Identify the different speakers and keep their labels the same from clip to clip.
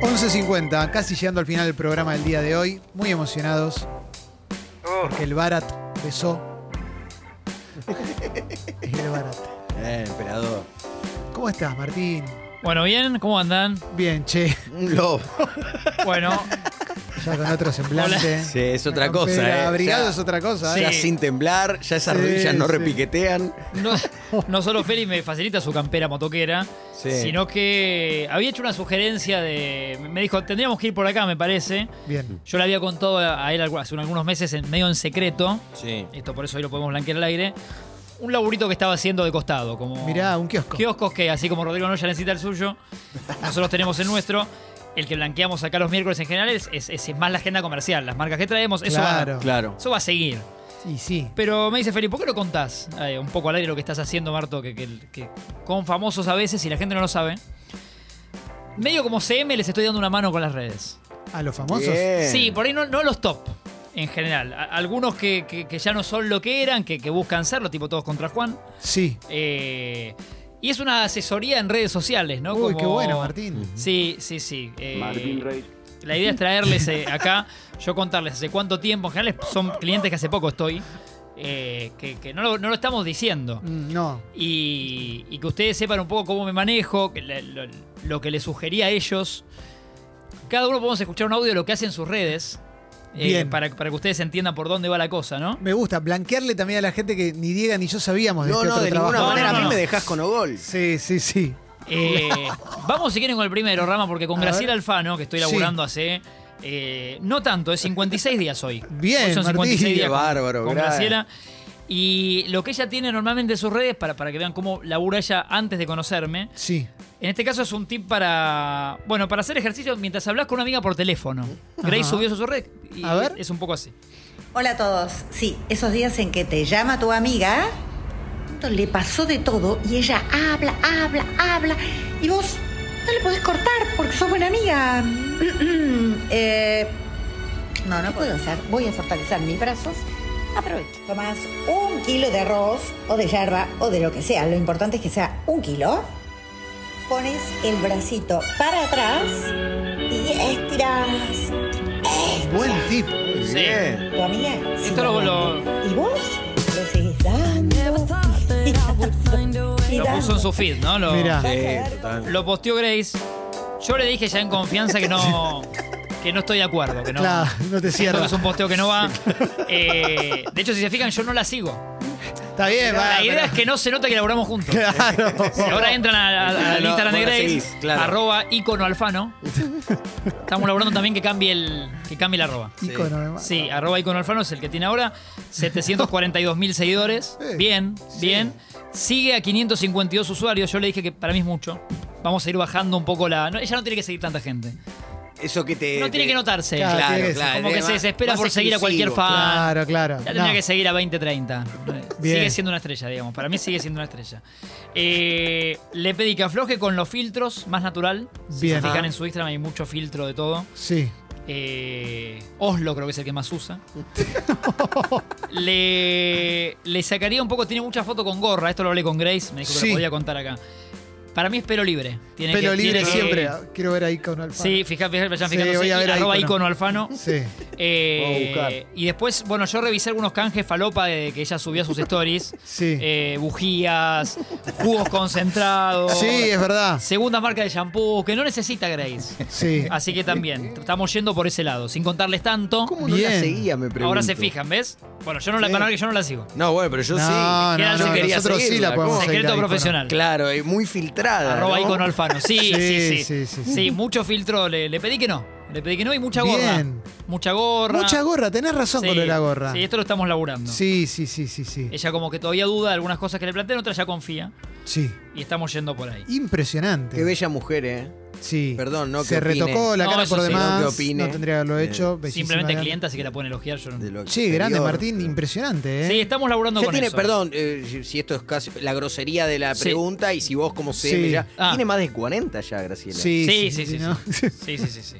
Speaker 1: 11.50, casi llegando al final del programa del día de hoy. Muy emocionados
Speaker 2: Uh,
Speaker 1: porque el Barat besó. el Barat.
Speaker 3: Eh, emperador.
Speaker 1: ¿Cómo estás, Martín?
Speaker 4: Bueno, bien, ¿cómo andan?
Speaker 1: Bien, che.
Speaker 3: Un globo.
Speaker 4: Bueno,
Speaker 1: Ya con otro semblante.
Speaker 3: Sí, es otra
Speaker 1: La
Speaker 3: cosa,
Speaker 1: campera,
Speaker 3: eh.
Speaker 1: Abrigado
Speaker 3: Ya-
Speaker 1: es otra cosa,
Speaker 4: Sí.
Speaker 1: ¿eh?
Speaker 3: Ya sin temblar, ya esas
Speaker 1: Sí,
Speaker 3: rodillas no
Speaker 1: sí.
Speaker 3: repiquetean.
Speaker 4: no, no solo Feli me facilita su campera motoquera,
Speaker 3: Sí.
Speaker 4: sino que había hecho una sugerencia de. Me dijo, tendríamos que ir por acá, me parece.
Speaker 1: Bien.
Speaker 4: Yo le había contado a él algu- hace algunos meses, en, medio en secreto.
Speaker 3: Sí.
Speaker 4: Esto por eso hoy lo podemos blanquear al aire. Un laburito que estaba haciendo de costado, como.
Speaker 1: Mirá, un kiosco.
Speaker 4: kioscos que, así como Rodrigo Noya necesita el suyo, nosotros tenemos el nuestro. El que blanqueamos acá los miércoles en general es, es- es más la agenda comercial, las marcas que traemos. Eso,
Speaker 1: Claro.
Speaker 3: Claro.
Speaker 4: va, eso va a seguir.
Speaker 1: Y sí.
Speaker 4: Pero me dice Felipe, ¿por qué no contás eh, un poco al aire lo que estás haciendo, Marto? Que, que- que con famosos a veces y la gente no lo sabe. Medio como CM les estoy dando una mano con las redes.
Speaker 1: A los famosos.
Speaker 3: Bien.
Speaker 4: Sí, por ahí no, no los top en general. A- algunos que, que- que ya no son lo que eran, que, que buscan serlo, tipo todos contra Juan.
Speaker 1: Sí.
Speaker 4: Eh, y es una asesoría en redes sociales, ¿no?
Speaker 1: Uy,
Speaker 4: Como-
Speaker 1: qué bueno, Martín.
Speaker 4: Sí, sí, sí. Eh,
Speaker 5: Martín Rey.
Speaker 4: La idea es traerles eh, acá, yo contarles hace cuánto tiempo, en general son clientes que hace poco estoy, eh, que, que no, lo, no lo estamos diciendo.
Speaker 1: Mm, No.
Speaker 4: Y, y que ustedes sepan un poco cómo me manejo, que la- lo, lo que les sugería a ellos. Cada uno podemos escuchar un audio de lo que hacen sus redes. eh,
Speaker 1: Bien.
Speaker 4: para, para que ustedes entiendan por dónde va la cosa, ¿no?
Speaker 1: Me gusta blanquearle también a la gente que ni Diego ni yo sabíamos de
Speaker 3: No,
Speaker 1: este
Speaker 3: no,
Speaker 1: otro
Speaker 3: de
Speaker 1: trabajo.
Speaker 3: ninguna
Speaker 4: No,
Speaker 3: manera.
Speaker 4: no,
Speaker 3: a mí
Speaker 4: no.
Speaker 3: me dejás con Ogol.
Speaker 1: Sí, sí, sí.
Speaker 4: Eh, vamos si quieren con el primero, Rama, porque con
Speaker 1: A ver.
Speaker 4: Graciela Alfano, que estoy
Speaker 1: Sí.
Speaker 4: laburando hace. eh, no tanto, es 56 días hoy.
Speaker 1: Bien,
Speaker 4: hoy son
Speaker 1: Martín.
Speaker 4: 56
Speaker 3: Qué
Speaker 4: días con-
Speaker 3: bárbaro,
Speaker 4: con
Speaker 3: gracias.
Speaker 4: Graciela. Y lo que ella tiene normalmente en sus redes, para, para que vean cómo labura ella antes de conocerme,
Speaker 1: Sí.
Speaker 4: en este caso es un tip para. Bueno, para hacer ejercicio mientras hablas con una amiga por teléfono. Grace
Speaker 1: Ajá.
Speaker 4: subió eso a su red y
Speaker 1: A ver.
Speaker 4: es un poco así.
Speaker 6: Hola a todos. Sí, esos días en que te llama tu amiga, punto, le pasó de todo y ella habla, habla, habla. Y vos no le podés cortar porque sos buena amiga. Eh, no, no puedo hacer. Voy a fortalecer mis brazos. Aprovecho. Tomás un kilo de arroz o de yerba o de lo que sea. Lo importante es que sea un kilo. Pones el bracito para atrás y estirás.
Speaker 1: Buen tip.
Speaker 3: Muy
Speaker 4: Sí.
Speaker 3: Bien.
Speaker 6: Tu amiga. sigue
Speaker 4: Esto lo-
Speaker 6: hablando. ¿Y vos? Le seguís dando. y
Speaker 4: Lo
Speaker 6: dando, y
Speaker 4: puso en
Speaker 6: dando.
Speaker 4: su feed, ¿no? Lo,
Speaker 1: Mirá.
Speaker 3: Sí, total.
Speaker 4: lo posteó Grace. Yo le dije ya en confianza que no. Que no estoy de acuerdo, que no.
Speaker 1: Claro, no te
Speaker 4: Siento que
Speaker 1: cierras.
Speaker 4: es un posteo que no va. Eh, de hecho, si se fijan, yo no la sigo.
Speaker 1: Está bien, va.
Speaker 4: la idea
Speaker 1: pero-
Speaker 4: es que no se nota que laburamos juntos.
Speaker 1: Claro.
Speaker 4: Si ahora entran a- a- a- al
Speaker 3: No,
Speaker 4: Instagram de
Speaker 3: vos la
Speaker 4: Grace,
Speaker 3: seguís, claro.
Speaker 4: arroba icono alfano. Estamos laburando también que cambie el, que cambie el arroba.
Speaker 1: Ícono, además.
Speaker 4: Sí, arroba icono alfano es el que tiene ahora. 742 mil seguidores.
Speaker 1: Eh,
Speaker 4: Bien, bien. Sigue a 552 usuarios. Yo le dije que para mí es mucho. Vamos a ir bajando un poco la. no, ella no tiene que seguir tanta gente.
Speaker 3: Eso que te.
Speaker 4: No tiene
Speaker 3: te-
Speaker 4: que notarse.
Speaker 1: Claro,
Speaker 3: Eh, Claro,
Speaker 1: tiene que
Speaker 3: claro.
Speaker 1: ser.
Speaker 4: Como
Speaker 3: es
Speaker 4: que se
Speaker 3: más-
Speaker 4: desespera
Speaker 3: más
Speaker 4: por seguir a cualquier
Speaker 3: exclusivo,
Speaker 4: fan.
Speaker 1: Claro, claro.
Speaker 4: Ya tendría
Speaker 1: No.
Speaker 4: que seguir a 20-30.
Speaker 1: Bien.
Speaker 4: Sigue siendo una estrella, digamos. Para mí sigue siendo una estrella. Eh, le pedí que afloje con los filtros, más natural. Si se
Speaker 1: Bien. Ah.
Speaker 4: fijan
Speaker 3: Ajá.
Speaker 4: en su Instagram hay mucho filtro de todo.
Speaker 1: Sí.
Speaker 4: Eh, Oslo creo que es el que más usa. le, le sacaría un poco, tiene mucha foto con gorra. Esto lo hablé con Grace, me dijo que
Speaker 1: Sí.
Speaker 4: lo podía contar acá. Para mí es pelo libre. Tiene
Speaker 1: Pelo
Speaker 4: que-
Speaker 1: libre
Speaker 4: tiene que-
Speaker 1: siempre. Quiero ver ahí con Alfa.
Speaker 4: Sí, fíjate, fíjate,
Speaker 1: Sí, voy a ver a
Speaker 4: arroba
Speaker 1: Icono.
Speaker 4: icono alfano.
Speaker 1: Sí.
Speaker 4: Eh,
Speaker 3: Voy a buscar.
Speaker 4: y después, bueno, yo revisé algunos canjes falopa de que ella subía sus stories.
Speaker 1: Sí.
Speaker 4: Eh, bujías, jugos concentrados.
Speaker 1: Sí, es verdad.
Speaker 4: Segunda marca de shampoo, que no necesita Grace.
Speaker 1: Sí.
Speaker 4: Así que también, estamos yendo por ese lado, sin contarles tanto.
Speaker 3: ¿Cómo no
Speaker 1: Bien.
Speaker 3: la seguía, me pregunto?
Speaker 4: Ahora se fijan, ¿ves? Bueno, yo no la,
Speaker 3: Sí.
Speaker 4: palabra que yo no la sigo.
Speaker 3: No, bueno, pero yo
Speaker 1: No,
Speaker 3: sí.
Speaker 1: no,
Speaker 4: Queda
Speaker 1: no,
Speaker 4: yo quería
Speaker 1: nosotros sí
Speaker 3: seguirla,
Speaker 1: la podemos
Speaker 3: ¿cómo?
Speaker 1: seguir a
Speaker 4: Secreto
Speaker 1: Icono.
Speaker 4: profesional.
Speaker 3: Claro, y muy filtrada.
Speaker 4: Arroba
Speaker 3: Ah, ¿no?
Speaker 4: icono alfano. Sí, sí, sí.
Speaker 1: Sí, sí, sí, sí.
Speaker 4: Sí, mucho filtro. Le, le pedí que no. Le pedí que no y mucha gorra.
Speaker 1: Bien.
Speaker 4: Mucha gorra.
Speaker 1: Mucha gorra, tenés razón
Speaker 4: Sí,
Speaker 1: con lo de la gorra.
Speaker 4: Sí, esto Eh, lo estamos laburando.
Speaker 1: Sí, sí, sí, sí, sí.
Speaker 4: Ella como que todavía duda de algunas cosas que le plantean, otras ya confía.
Speaker 1: Sí.
Speaker 4: Y estamos yendo por ahí.
Speaker 1: Impresionante.
Speaker 3: Qué bella mujer, ¿eh?
Speaker 1: Sí.
Speaker 3: Perdón, no, que
Speaker 1: Se
Speaker 3: opine.
Speaker 1: retocó la
Speaker 4: No,
Speaker 1: cara
Speaker 4: eso
Speaker 1: por
Speaker 4: sí, no,
Speaker 1: demás.
Speaker 3: que opine. Eh,
Speaker 1: No tendría que haberlo hecho. Bellísima
Speaker 4: Simplemente
Speaker 1: gran-
Speaker 4: clienta, así que la pueden elogiar. Yo no-
Speaker 3: De lo
Speaker 1: Sí, grande
Speaker 3: exterior.
Speaker 1: Martín, impresionante, ¿eh?
Speaker 4: Sí, estamos laburando
Speaker 3: Ya
Speaker 4: con
Speaker 3: tiene,
Speaker 4: eso.
Speaker 3: perdón, eh, si- si esto es casi la grosería de la
Speaker 4: Sí.
Speaker 3: pregunta y si vos como CM
Speaker 1: Sí.
Speaker 3: ya.
Speaker 4: Ah.
Speaker 3: Tiene más de 40 ya, Graciela.
Speaker 1: Sí,
Speaker 4: Sí, sí, sí.
Speaker 1: ¿no?
Speaker 4: Sí, sí, sí. sí.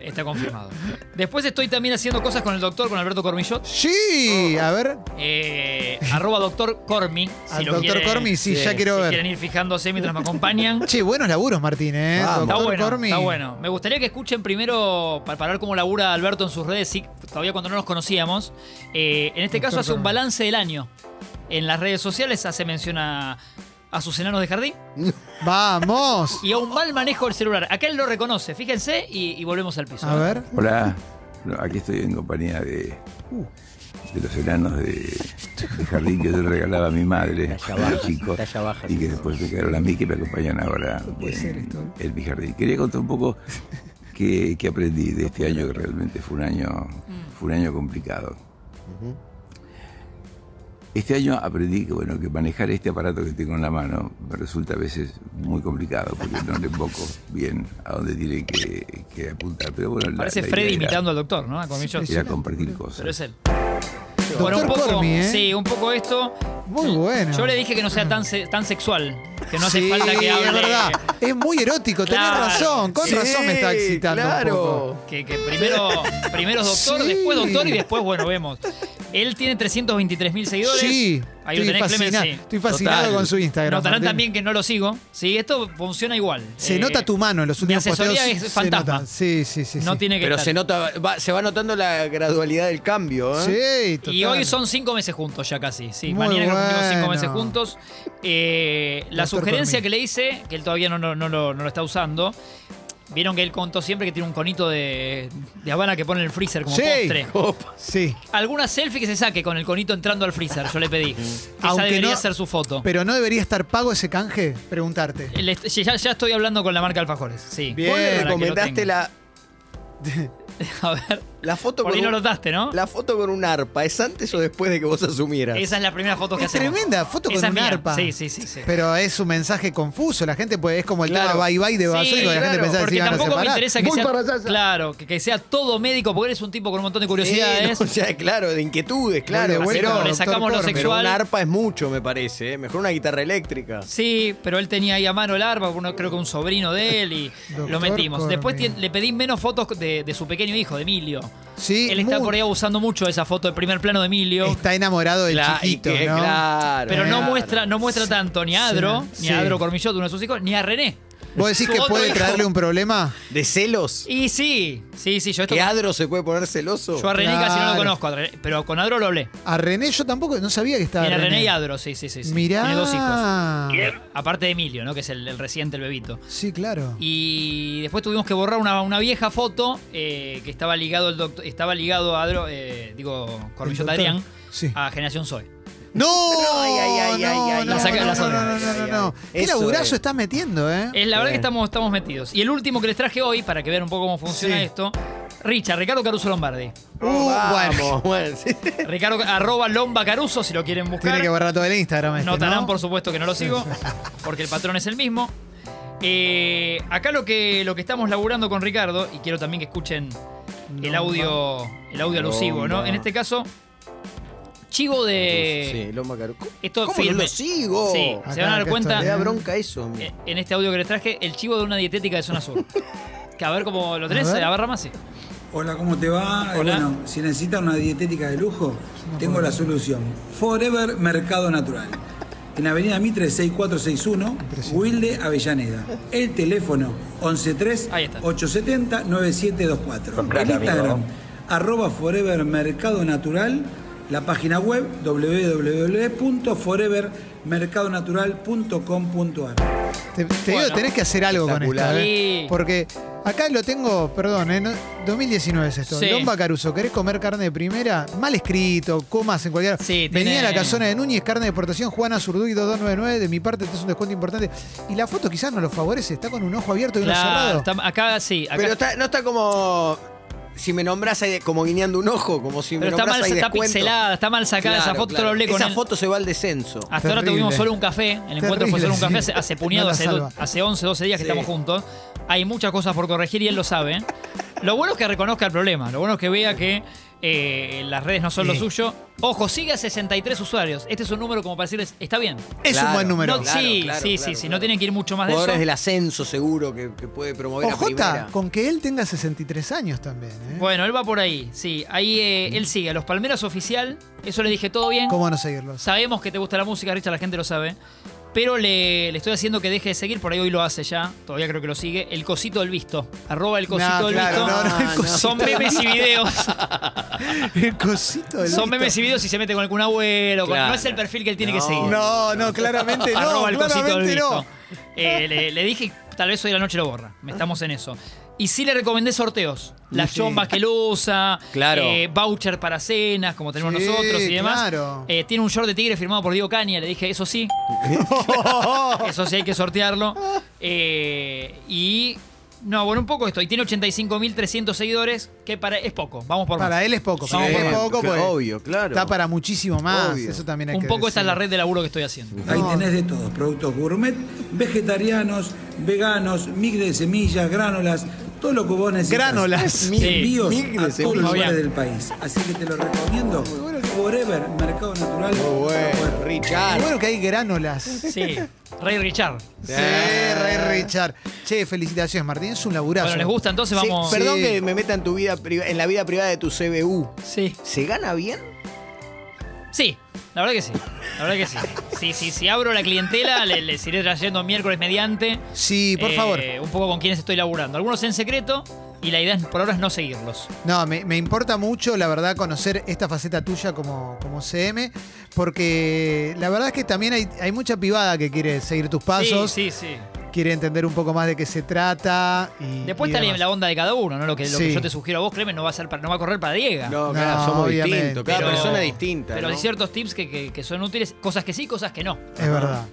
Speaker 4: Está confirmado. Después estoy también haciendo cosas con el doctor, con Alberto Cormillot.
Speaker 1: Sí, a ver.
Speaker 4: Eh, arroba doctor Cormi. Si
Speaker 1: Al
Speaker 4: lo
Speaker 1: doctor
Speaker 4: quieren-
Speaker 1: Cormi, sí, ya quiero
Speaker 4: si
Speaker 1: ver.
Speaker 4: quieren ir fijándose mientras me acompañan.
Speaker 1: Che, buenos laburos, Martín, ¿eh?
Speaker 3: Vamos.
Speaker 1: Doctor
Speaker 4: Está bueno,
Speaker 1: Cormi.
Speaker 4: está bueno. Me gustaría que escuchen primero, para, para ver cómo labura Alberto en sus redes, sí, todavía cuando no nos conocíamos. Eh, en este caso hace un balance del año. En las redes sociales hace mención a, a sus enanos de jardín
Speaker 1: Vamos.
Speaker 4: y a un mal manejo del celular. Acá él lo reconoce, fíjense, y, y volvemos al piso. ¿eh?
Speaker 1: A ver.
Speaker 2: Hola, No, aquí estoy en compañía de, de los enanos de, de jardín que yo le regalaba a mi madre, de chico,
Speaker 3: talla baja,
Speaker 2: y que
Speaker 3: sí.
Speaker 2: después me quedaron a mí que me acompañan ahora en, en mi jardín. Quería contar un poco qué, qué aprendí de este año, que realmente fue un año,
Speaker 4: Mm.
Speaker 2: fue un año complicado. Este año aprendí que, bueno, que manejar este aparato que tengo en la mano me resulta a veces muy complicado porque no le invoco bien a dónde tiene que, que apuntar. Pero bueno, la-
Speaker 4: Parece
Speaker 2: la
Speaker 4: Freddy
Speaker 2: idea era-
Speaker 4: imitando al doctor, ¿no? A Cormillot.
Speaker 2: era compartir cosas.
Speaker 4: Pero es él.
Speaker 1: Doctor
Speaker 4: un poco,
Speaker 1: Cormi, ¿eh?
Speaker 4: sí, un poco esto.
Speaker 1: Muy bueno.
Speaker 4: Yo le dije que no sea tan, se- tan sexual, que no hace
Speaker 1: Sí,
Speaker 4: falta que hable.
Speaker 1: Es verdad. Es muy erótico.
Speaker 4: Claro.
Speaker 1: Tenés razón. Con
Speaker 3: Sí,
Speaker 1: razón me está excitando. un
Speaker 3: claro.
Speaker 1: poco.
Speaker 4: Que, que primero, primero es doctor,
Speaker 1: Sí.
Speaker 4: después doctor y después, bueno, vemos. Él tiene 323 mil seguidores.
Speaker 1: Sí.
Speaker 4: Ahí lo
Speaker 1: estoy,
Speaker 4: tenés,
Speaker 1: fascina-
Speaker 4: Clemen, sí.
Speaker 1: estoy fascinado
Speaker 3: Total.
Speaker 1: con su Instagram.
Speaker 4: Notarán
Speaker 1: Martín.
Speaker 4: también que no lo sigo. Sí, esto funciona igual.
Speaker 1: Se
Speaker 4: Eh,
Speaker 1: nota tu mano en los
Speaker 4: mi
Speaker 1: últimos
Speaker 4: asesoría
Speaker 1: posteos.
Speaker 4: es
Speaker 1: se
Speaker 4: fantasma.
Speaker 1: nota. Sí, sí, sí.
Speaker 4: No
Speaker 1: sí.
Speaker 4: tiene que
Speaker 3: Pero
Speaker 4: estar.
Speaker 3: se nota, va- se va notando la gradualidad del cambio, ¿eh?
Speaker 1: Sí, total.
Speaker 4: Y hoy son cinco meses juntos ya casi. Sí,
Speaker 1: Muy
Speaker 4: mañana creo que cumplimos cinco
Speaker 1: bueno.
Speaker 4: meses juntos. Eh, la
Speaker 1: Doctor
Speaker 4: sugerencia
Speaker 1: Fermín.
Speaker 4: que le hice, que él todavía no, no- no lo, no lo está usando, vieron que él contó siempre que tiene un conito de, de Habana que pone en el freezer como
Speaker 1: Sí.
Speaker 4: postre.
Speaker 3: Opa.
Speaker 1: Sí.
Speaker 4: Alguna selfie que se saque con el conito entrando al freezer, yo le pedí. Esa
Speaker 1: Aunque
Speaker 4: debería
Speaker 1: no-
Speaker 4: ser su foto.
Speaker 1: Pero no debería estar pago ese canje, preguntarte.
Speaker 4: Le est- Ya, ya estoy hablando con la marca Alfajores. Sí.
Speaker 1: Bien.
Speaker 3: Vos le
Speaker 4: Para que lo
Speaker 3: recomendaste
Speaker 4: tenga.
Speaker 3: la,
Speaker 4: A ver,
Speaker 3: la foto
Speaker 4: por
Speaker 3: con
Speaker 4: ahí no
Speaker 3: un-
Speaker 4: notaste, ¿no?
Speaker 3: la foto con un arpa. ¿Es antes o después de que vos asumieras?
Speaker 4: Esa es la primera foto que
Speaker 1: Es
Speaker 4: hacemos.
Speaker 1: tremenda, foto con
Speaker 4: Esa es
Speaker 1: un
Speaker 4: mía.
Speaker 1: arpa.
Speaker 4: Sí, sí, sí. sí.
Speaker 1: Pero es un mensaje confuso. La gente puede, es como el
Speaker 3: Claro.
Speaker 1: tema bye bye de Basólico. la
Speaker 3: claro,
Speaker 1: gente pensaba que se
Speaker 4: porque
Speaker 1: iban a
Speaker 4: tampoco me
Speaker 1: separar.
Speaker 4: interesa que
Speaker 5: Voy para
Speaker 4: sea,
Speaker 5: allá, ya.
Speaker 4: claro, que, que sea todo médico, porque eres un tipo con un montón de curiosidades.
Speaker 3: Sí, Eh, no, o sea, claro, de inquietudes, claro.
Speaker 1: de vuelta,
Speaker 3: pero,
Speaker 4: le sacamos lo
Speaker 1: Cormi.
Speaker 3: pero
Speaker 4: sexual.
Speaker 3: una arpa es mucho, me parece. ¿eh? Mejor una guitarra eléctrica.
Speaker 4: Sí, pero él tenía ahí a mano el arpa, uno, creo que un sobrino de él, y lo
Speaker 1: Doctor
Speaker 4: metimos.
Speaker 1: Cormí.
Speaker 4: Después tien- le pedí menos fotos de, de su pequeño hijo, de Emilio.
Speaker 1: Sí,
Speaker 4: él está
Speaker 1: muy-
Speaker 4: por ahí abusando mucho de esa foto de primer plano de Emilio.
Speaker 1: Está enamorado del
Speaker 3: Cla- y
Speaker 1: chiquito,
Speaker 3: que-
Speaker 1: ¿no?
Speaker 3: Claro.
Speaker 4: pero no
Speaker 3: claro.
Speaker 4: muestra, no muestra tanto ni a Adro,
Speaker 1: Sí,
Speaker 4: ni
Speaker 1: sí.
Speaker 4: a Adro Cormillot, uno de sus hijos, ni a René.
Speaker 1: ¿Vos decís
Speaker 4: Su
Speaker 1: que
Speaker 4: otro
Speaker 1: puede
Speaker 4: hijo.
Speaker 1: traerle un problema?
Speaker 3: ¿De celos?
Speaker 4: Y sí, sí, sí, yo esto.
Speaker 3: ¿Que Adro se puede poner celoso?
Speaker 4: Yo a René casi no lo
Speaker 1: Claro.
Speaker 4: conozco, a René- pero con Adro lo hablé.
Speaker 1: A René yo tampoco, no sabía que estaba
Speaker 4: Tiene a
Speaker 1: René.
Speaker 4: René y Adro, sí, sí, sí. sí.
Speaker 1: Mirá.
Speaker 4: Tiene dos hijos. Aparte de Emilio, ¿no? Que es el, el reciente, el bebito.
Speaker 1: Sí, claro.
Speaker 4: Y después tuvimos que borrar una, una vieja foto eh, que estaba ligado el doctor, estaba ligado a Adro, eh, digo, Corbillot
Speaker 1: doctor.
Speaker 4: Adrián,
Speaker 1: Sí.
Speaker 4: a Generación Soy.
Speaker 1: ¡No!
Speaker 3: Ay, ay, ay,
Speaker 1: no,
Speaker 3: ay, ay,
Speaker 1: no,
Speaker 4: la
Speaker 1: no,
Speaker 4: saca- la
Speaker 1: no,
Speaker 4: saca.
Speaker 1: no, no, no, no.
Speaker 3: Ay, ay, ay.
Speaker 1: Qué
Speaker 3: Eso
Speaker 1: laburazo
Speaker 3: es.
Speaker 1: estás metiendo, ¿eh?
Speaker 4: Es la verdad
Speaker 3: Sí.
Speaker 4: que estamos, estamos metidos. Y el último que les traje hoy, para que vean un poco cómo funciona
Speaker 1: Sí.
Speaker 4: esto, Richard, Ricardo Caruso Lombardi.
Speaker 1: Uh,
Speaker 3: Vamos,
Speaker 1: bueno.
Speaker 3: bueno, sí.
Speaker 4: Ricardo arroba Lomba Caruso, si lo quieren buscar.
Speaker 1: Tiene que borrar todo el Instagram este,
Speaker 4: Notarán,
Speaker 1: ¿no?
Speaker 4: por supuesto, que no lo sigo, porque el patrón es el mismo. Eh, acá lo que, lo que estamos laburando con Ricardo, y quiero también que escuchen el audio, el audio alusivo, ¿no?
Speaker 3: Lomba.
Speaker 4: En este caso, chivo
Speaker 3: Sí,
Speaker 4: de.
Speaker 3: Loma Caruso.
Speaker 4: eh, Esto es
Speaker 3: ¿Cómo
Speaker 4: firme.
Speaker 3: no lo sigo?
Speaker 4: Sí, se
Speaker 1: Acá,
Speaker 4: van a dar
Speaker 1: acá
Speaker 4: cuenta
Speaker 1: está.
Speaker 3: Me da bronca eso. a mí.
Speaker 4: eh, en este audio que les traje, el chivo de una dietética de zona sur. Que a ver cómo lo tenés,
Speaker 1: A ver.
Speaker 4: la barra más. sí.
Speaker 7: Hola, ¿cómo te va? Eh,
Speaker 4: Hola.
Speaker 7: Bueno, si necesitan una dietética de lujo, tengo la solución. Forever Mercado Natural. En Avenida Mitre 6461, Wilde, Avellaneda. El teléfono
Speaker 4: Ahí está.
Speaker 7: 113870-9724. El
Speaker 2: Comprala,
Speaker 7: Instagram,
Speaker 2: amigo.
Speaker 7: arroba Forever Mercado Natural. La página web www.forevermercadonatural.com.ar.
Speaker 1: Te, te
Speaker 4: Bueno.
Speaker 1: digo, tenés que hacer algo con esto,
Speaker 3: Espectacular.
Speaker 1: ¿eh?
Speaker 4: Sí.
Speaker 1: Porque acá lo tengo, perdón, ¿eh? No- 2019 es esto.
Speaker 4: Sí.
Speaker 1: Lomba Caruso, ¿querés comer carne de primera? Mal escrito, comas en cualquier.
Speaker 4: Sí,
Speaker 1: Venía
Speaker 4: tiene-
Speaker 1: a la casona de Núñez, carne de exportación, Juana Zurduy 2299, de mi parte te es un descuento importante. Y la foto quizás no lo favorece, está con un ojo abierto y uno cerrado.
Speaker 4: Claro, está- acá sí, acá
Speaker 3: Pero está- no está como. Si me nombrás ahí, como guiñando un ojo, como si me
Speaker 4: Pero está
Speaker 3: nombrás
Speaker 4: mal,
Speaker 3: ahí
Speaker 4: está
Speaker 3: descuento.
Speaker 4: pixelada, está mal sacada esa
Speaker 3: Claro,
Speaker 4: foto, yo
Speaker 3: claro.
Speaker 4: lo hablé con
Speaker 3: Esa
Speaker 4: él. Ah,
Speaker 3: foto se va al descenso.
Speaker 4: Hasta ahora
Speaker 1: Terrible.
Speaker 4: tuvimos solo un café, el encuentro fue
Speaker 1: Terrible,
Speaker 4: solo un
Speaker 1: sí.
Speaker 4: café hace, hace puñado,
Speaker 1: No la
Speaker 4: hace, do-
Speaker 1: salva.
Speaker 4: hace 11, 12 días que
Speaker 3: Sí.
Speaker 4: estamos juntos. Hay muchas cosas por corregir y él lo sabe. Lo bueno es que reconozca el problema, lo bueno es que vea que eh, las redes no son lo suyo. Ojo, sigue a 63 usuarios. Este es un número como para decirles, está bien.
Speaker 1: Es un buen número.
Speaker 4: No,
Speaker 3: Claro,
Speaker 4: sí,
Speaker 3: claro,
Speaker 4: sí,
Speaker 3: claro,
Speaker 4: sí, sí,
Speaker 3: claro.
Speaker 4: no tienen que ir mucho más de eso. Oh,
Speaker 3: Jugadores del ascenso, seguro, que, que puede promover a primera.
Speaker 1: OJ, con que él tenga 63 años también. ¿eh?
Speaker 4: Bueno, él va por ahí, sí. Ahí eh, él sigue. A los Palmeras oficial, eso le dije todo bien.
Speaker 1: ¿Cómo no seguirlo?
Speaker 4: Sabemos que te gusta la música, Richard, la gente lo sabe. Pero le, le estoy haciendo que deje de seguir, por ahí hoy lo hace ya, todavía creo que lo sigue. El cosito del visto. Arroba el cosito
Speaker 1: No,
Speaker 4: del
Speaker 1: claro,
Speaker 4: visto.
Speaker 1: no, no, el
Speaker 4: Son memes y videos.
Speaker 1: El cosito del
Speaker 4: Son
Speaker 1: visto.
Speaker 4: memes y videos y se mete con algún abuelo. con-
Speaker 3: Claro.
Speaker 4: No es el perfil que él tiene que
Speaker 3: No.
Speaker 4: seguir.
Speaker 1: No, no, claramente no.
Speaker 4: Arroba el cosito
Speaker 1: claramente
Speaker 4: del
Speaker 1: no.
Speaker 4: visto. Eh, le, le dije, tal vez hoy a la noche lo borra. Estamos en eso. Y sí le recomendé sorteos. Las
Speaker 1: Sí.
Speaker 4: chombas que él usa.
Speaker 3: Claro.
Speaker 4: eh, voucher para cenas, como tenemos
Speaker 1: Sí,
Speaker 4: nosotros y demás.
Speaker 1: claro.
Speaker 4: Eh, tiene un short de tigre firmado por Diego Caña. Le dije, eso sí. eso sí, hay que sortearlo. Eh, y... No, bueno, un poco esto. Y tiene 85.300 seguidores, que para es poco. Vamos por más.
Speaker 1: Para él es poco. Para
Speaker 4: Sí,
Speaker 1: él es poco,
Speaker 3: que
Speaker 1: pues,
Speaker 3: obvio, claro.
Speaker 1: Está para muchísimo más.
Speaker 3: Obvio.
Speaker 1: Eso también hay
Speaker 4: Un
Speaker 1: que
Speaker 4: poco esta es
Speaker 1: decirlo.
Speaker 4: la red de laburo que estoy haciendo.
Speaker 7: Ahí
Speaker 1: No.
Speaker 7: tenés de todos, productos gourmet, vegetarianos, veganos, mix de semillas, gránulas, todo lo que vos necesitas.
Speaker 1: Gránulas.
Speaker 7: Mil
Speaker 4: Sí.
Speaker 7: envíos
Speaker 3: Mix de
Speaker 7: a todos
Speaker 3: semillas.
Speaker 7: los lugares
Speaker 4: Fabián.
Speaker 7: del país. Así que te lo recomiendo. Forever, Mercado Natural.
Speaker 3: Muy Oh, bueno,
Speaker 1: Lo
Speaker 3: Richard.
Speaker 1: Bueno que hay gránulas. Sí,
Speaker 4: Sí, Rey Richard.
Speaker 1: Rey Richard. Che, felicitaciones, Martín. Es un laburazo.
Speaker 4: Bueno, ¿les gusta? Entonces
Speaker 3: Sí,
Speaker 4: vamos.
Speaker 3: perdón
Speaker 1: Sí.
Speaker 3: que me meta en tu vida priva- en la vida privada de tu CBU.
Speaker 4: Sí.
Speaker 3: ¿Se gana bien?
Speaker 4: Sí, la verdad que sí. La verdad que sí. Sí, sí, si abro la clientela, le- les iré trayendo miércoles mediante.
Speaker 1: Sí, por
Speaker 4: eh,
Speaker 1: favor.
Speaker 4: Un poco con quienes estoy laburando. Algunos en secreto y la idea es, por ahora es no seguirlos.
Speaker 1: No, me, me importa mucho, la verdad, conocer esta faceta tuya como, como CM, porque la verdad es que también hay, hay mucha pivada que quiere seguir tus pasos,
Speaker 4: Sí, sí, sí.
Speaker 1: quiere entender un poco más de qué se trata. Y,
Speaker 4: Después
Speaker 1: y
Speaker 4: está la-
Speaker 1: demás.
Speaker 4: la onda de cada uno, ¿no? Lo que, lo que
Speaker 1: Sí.
Speaker 4: yo te sugiero a vos, Clemen, no va a ser para- no va a correr para Diego.
Speaker 1: No, claro, somos obviamente. distintos,
Speaker 3: Cada
Speaker 1: Pero-
Speaker 3: persona distinta.
Speaker 4: Pero
Speaker 3: ¿no?
Speaker 4: hay ciertos tips que, que- que son útiles, cosas que sí, cosas que no.
Speaker 1: Es verdad.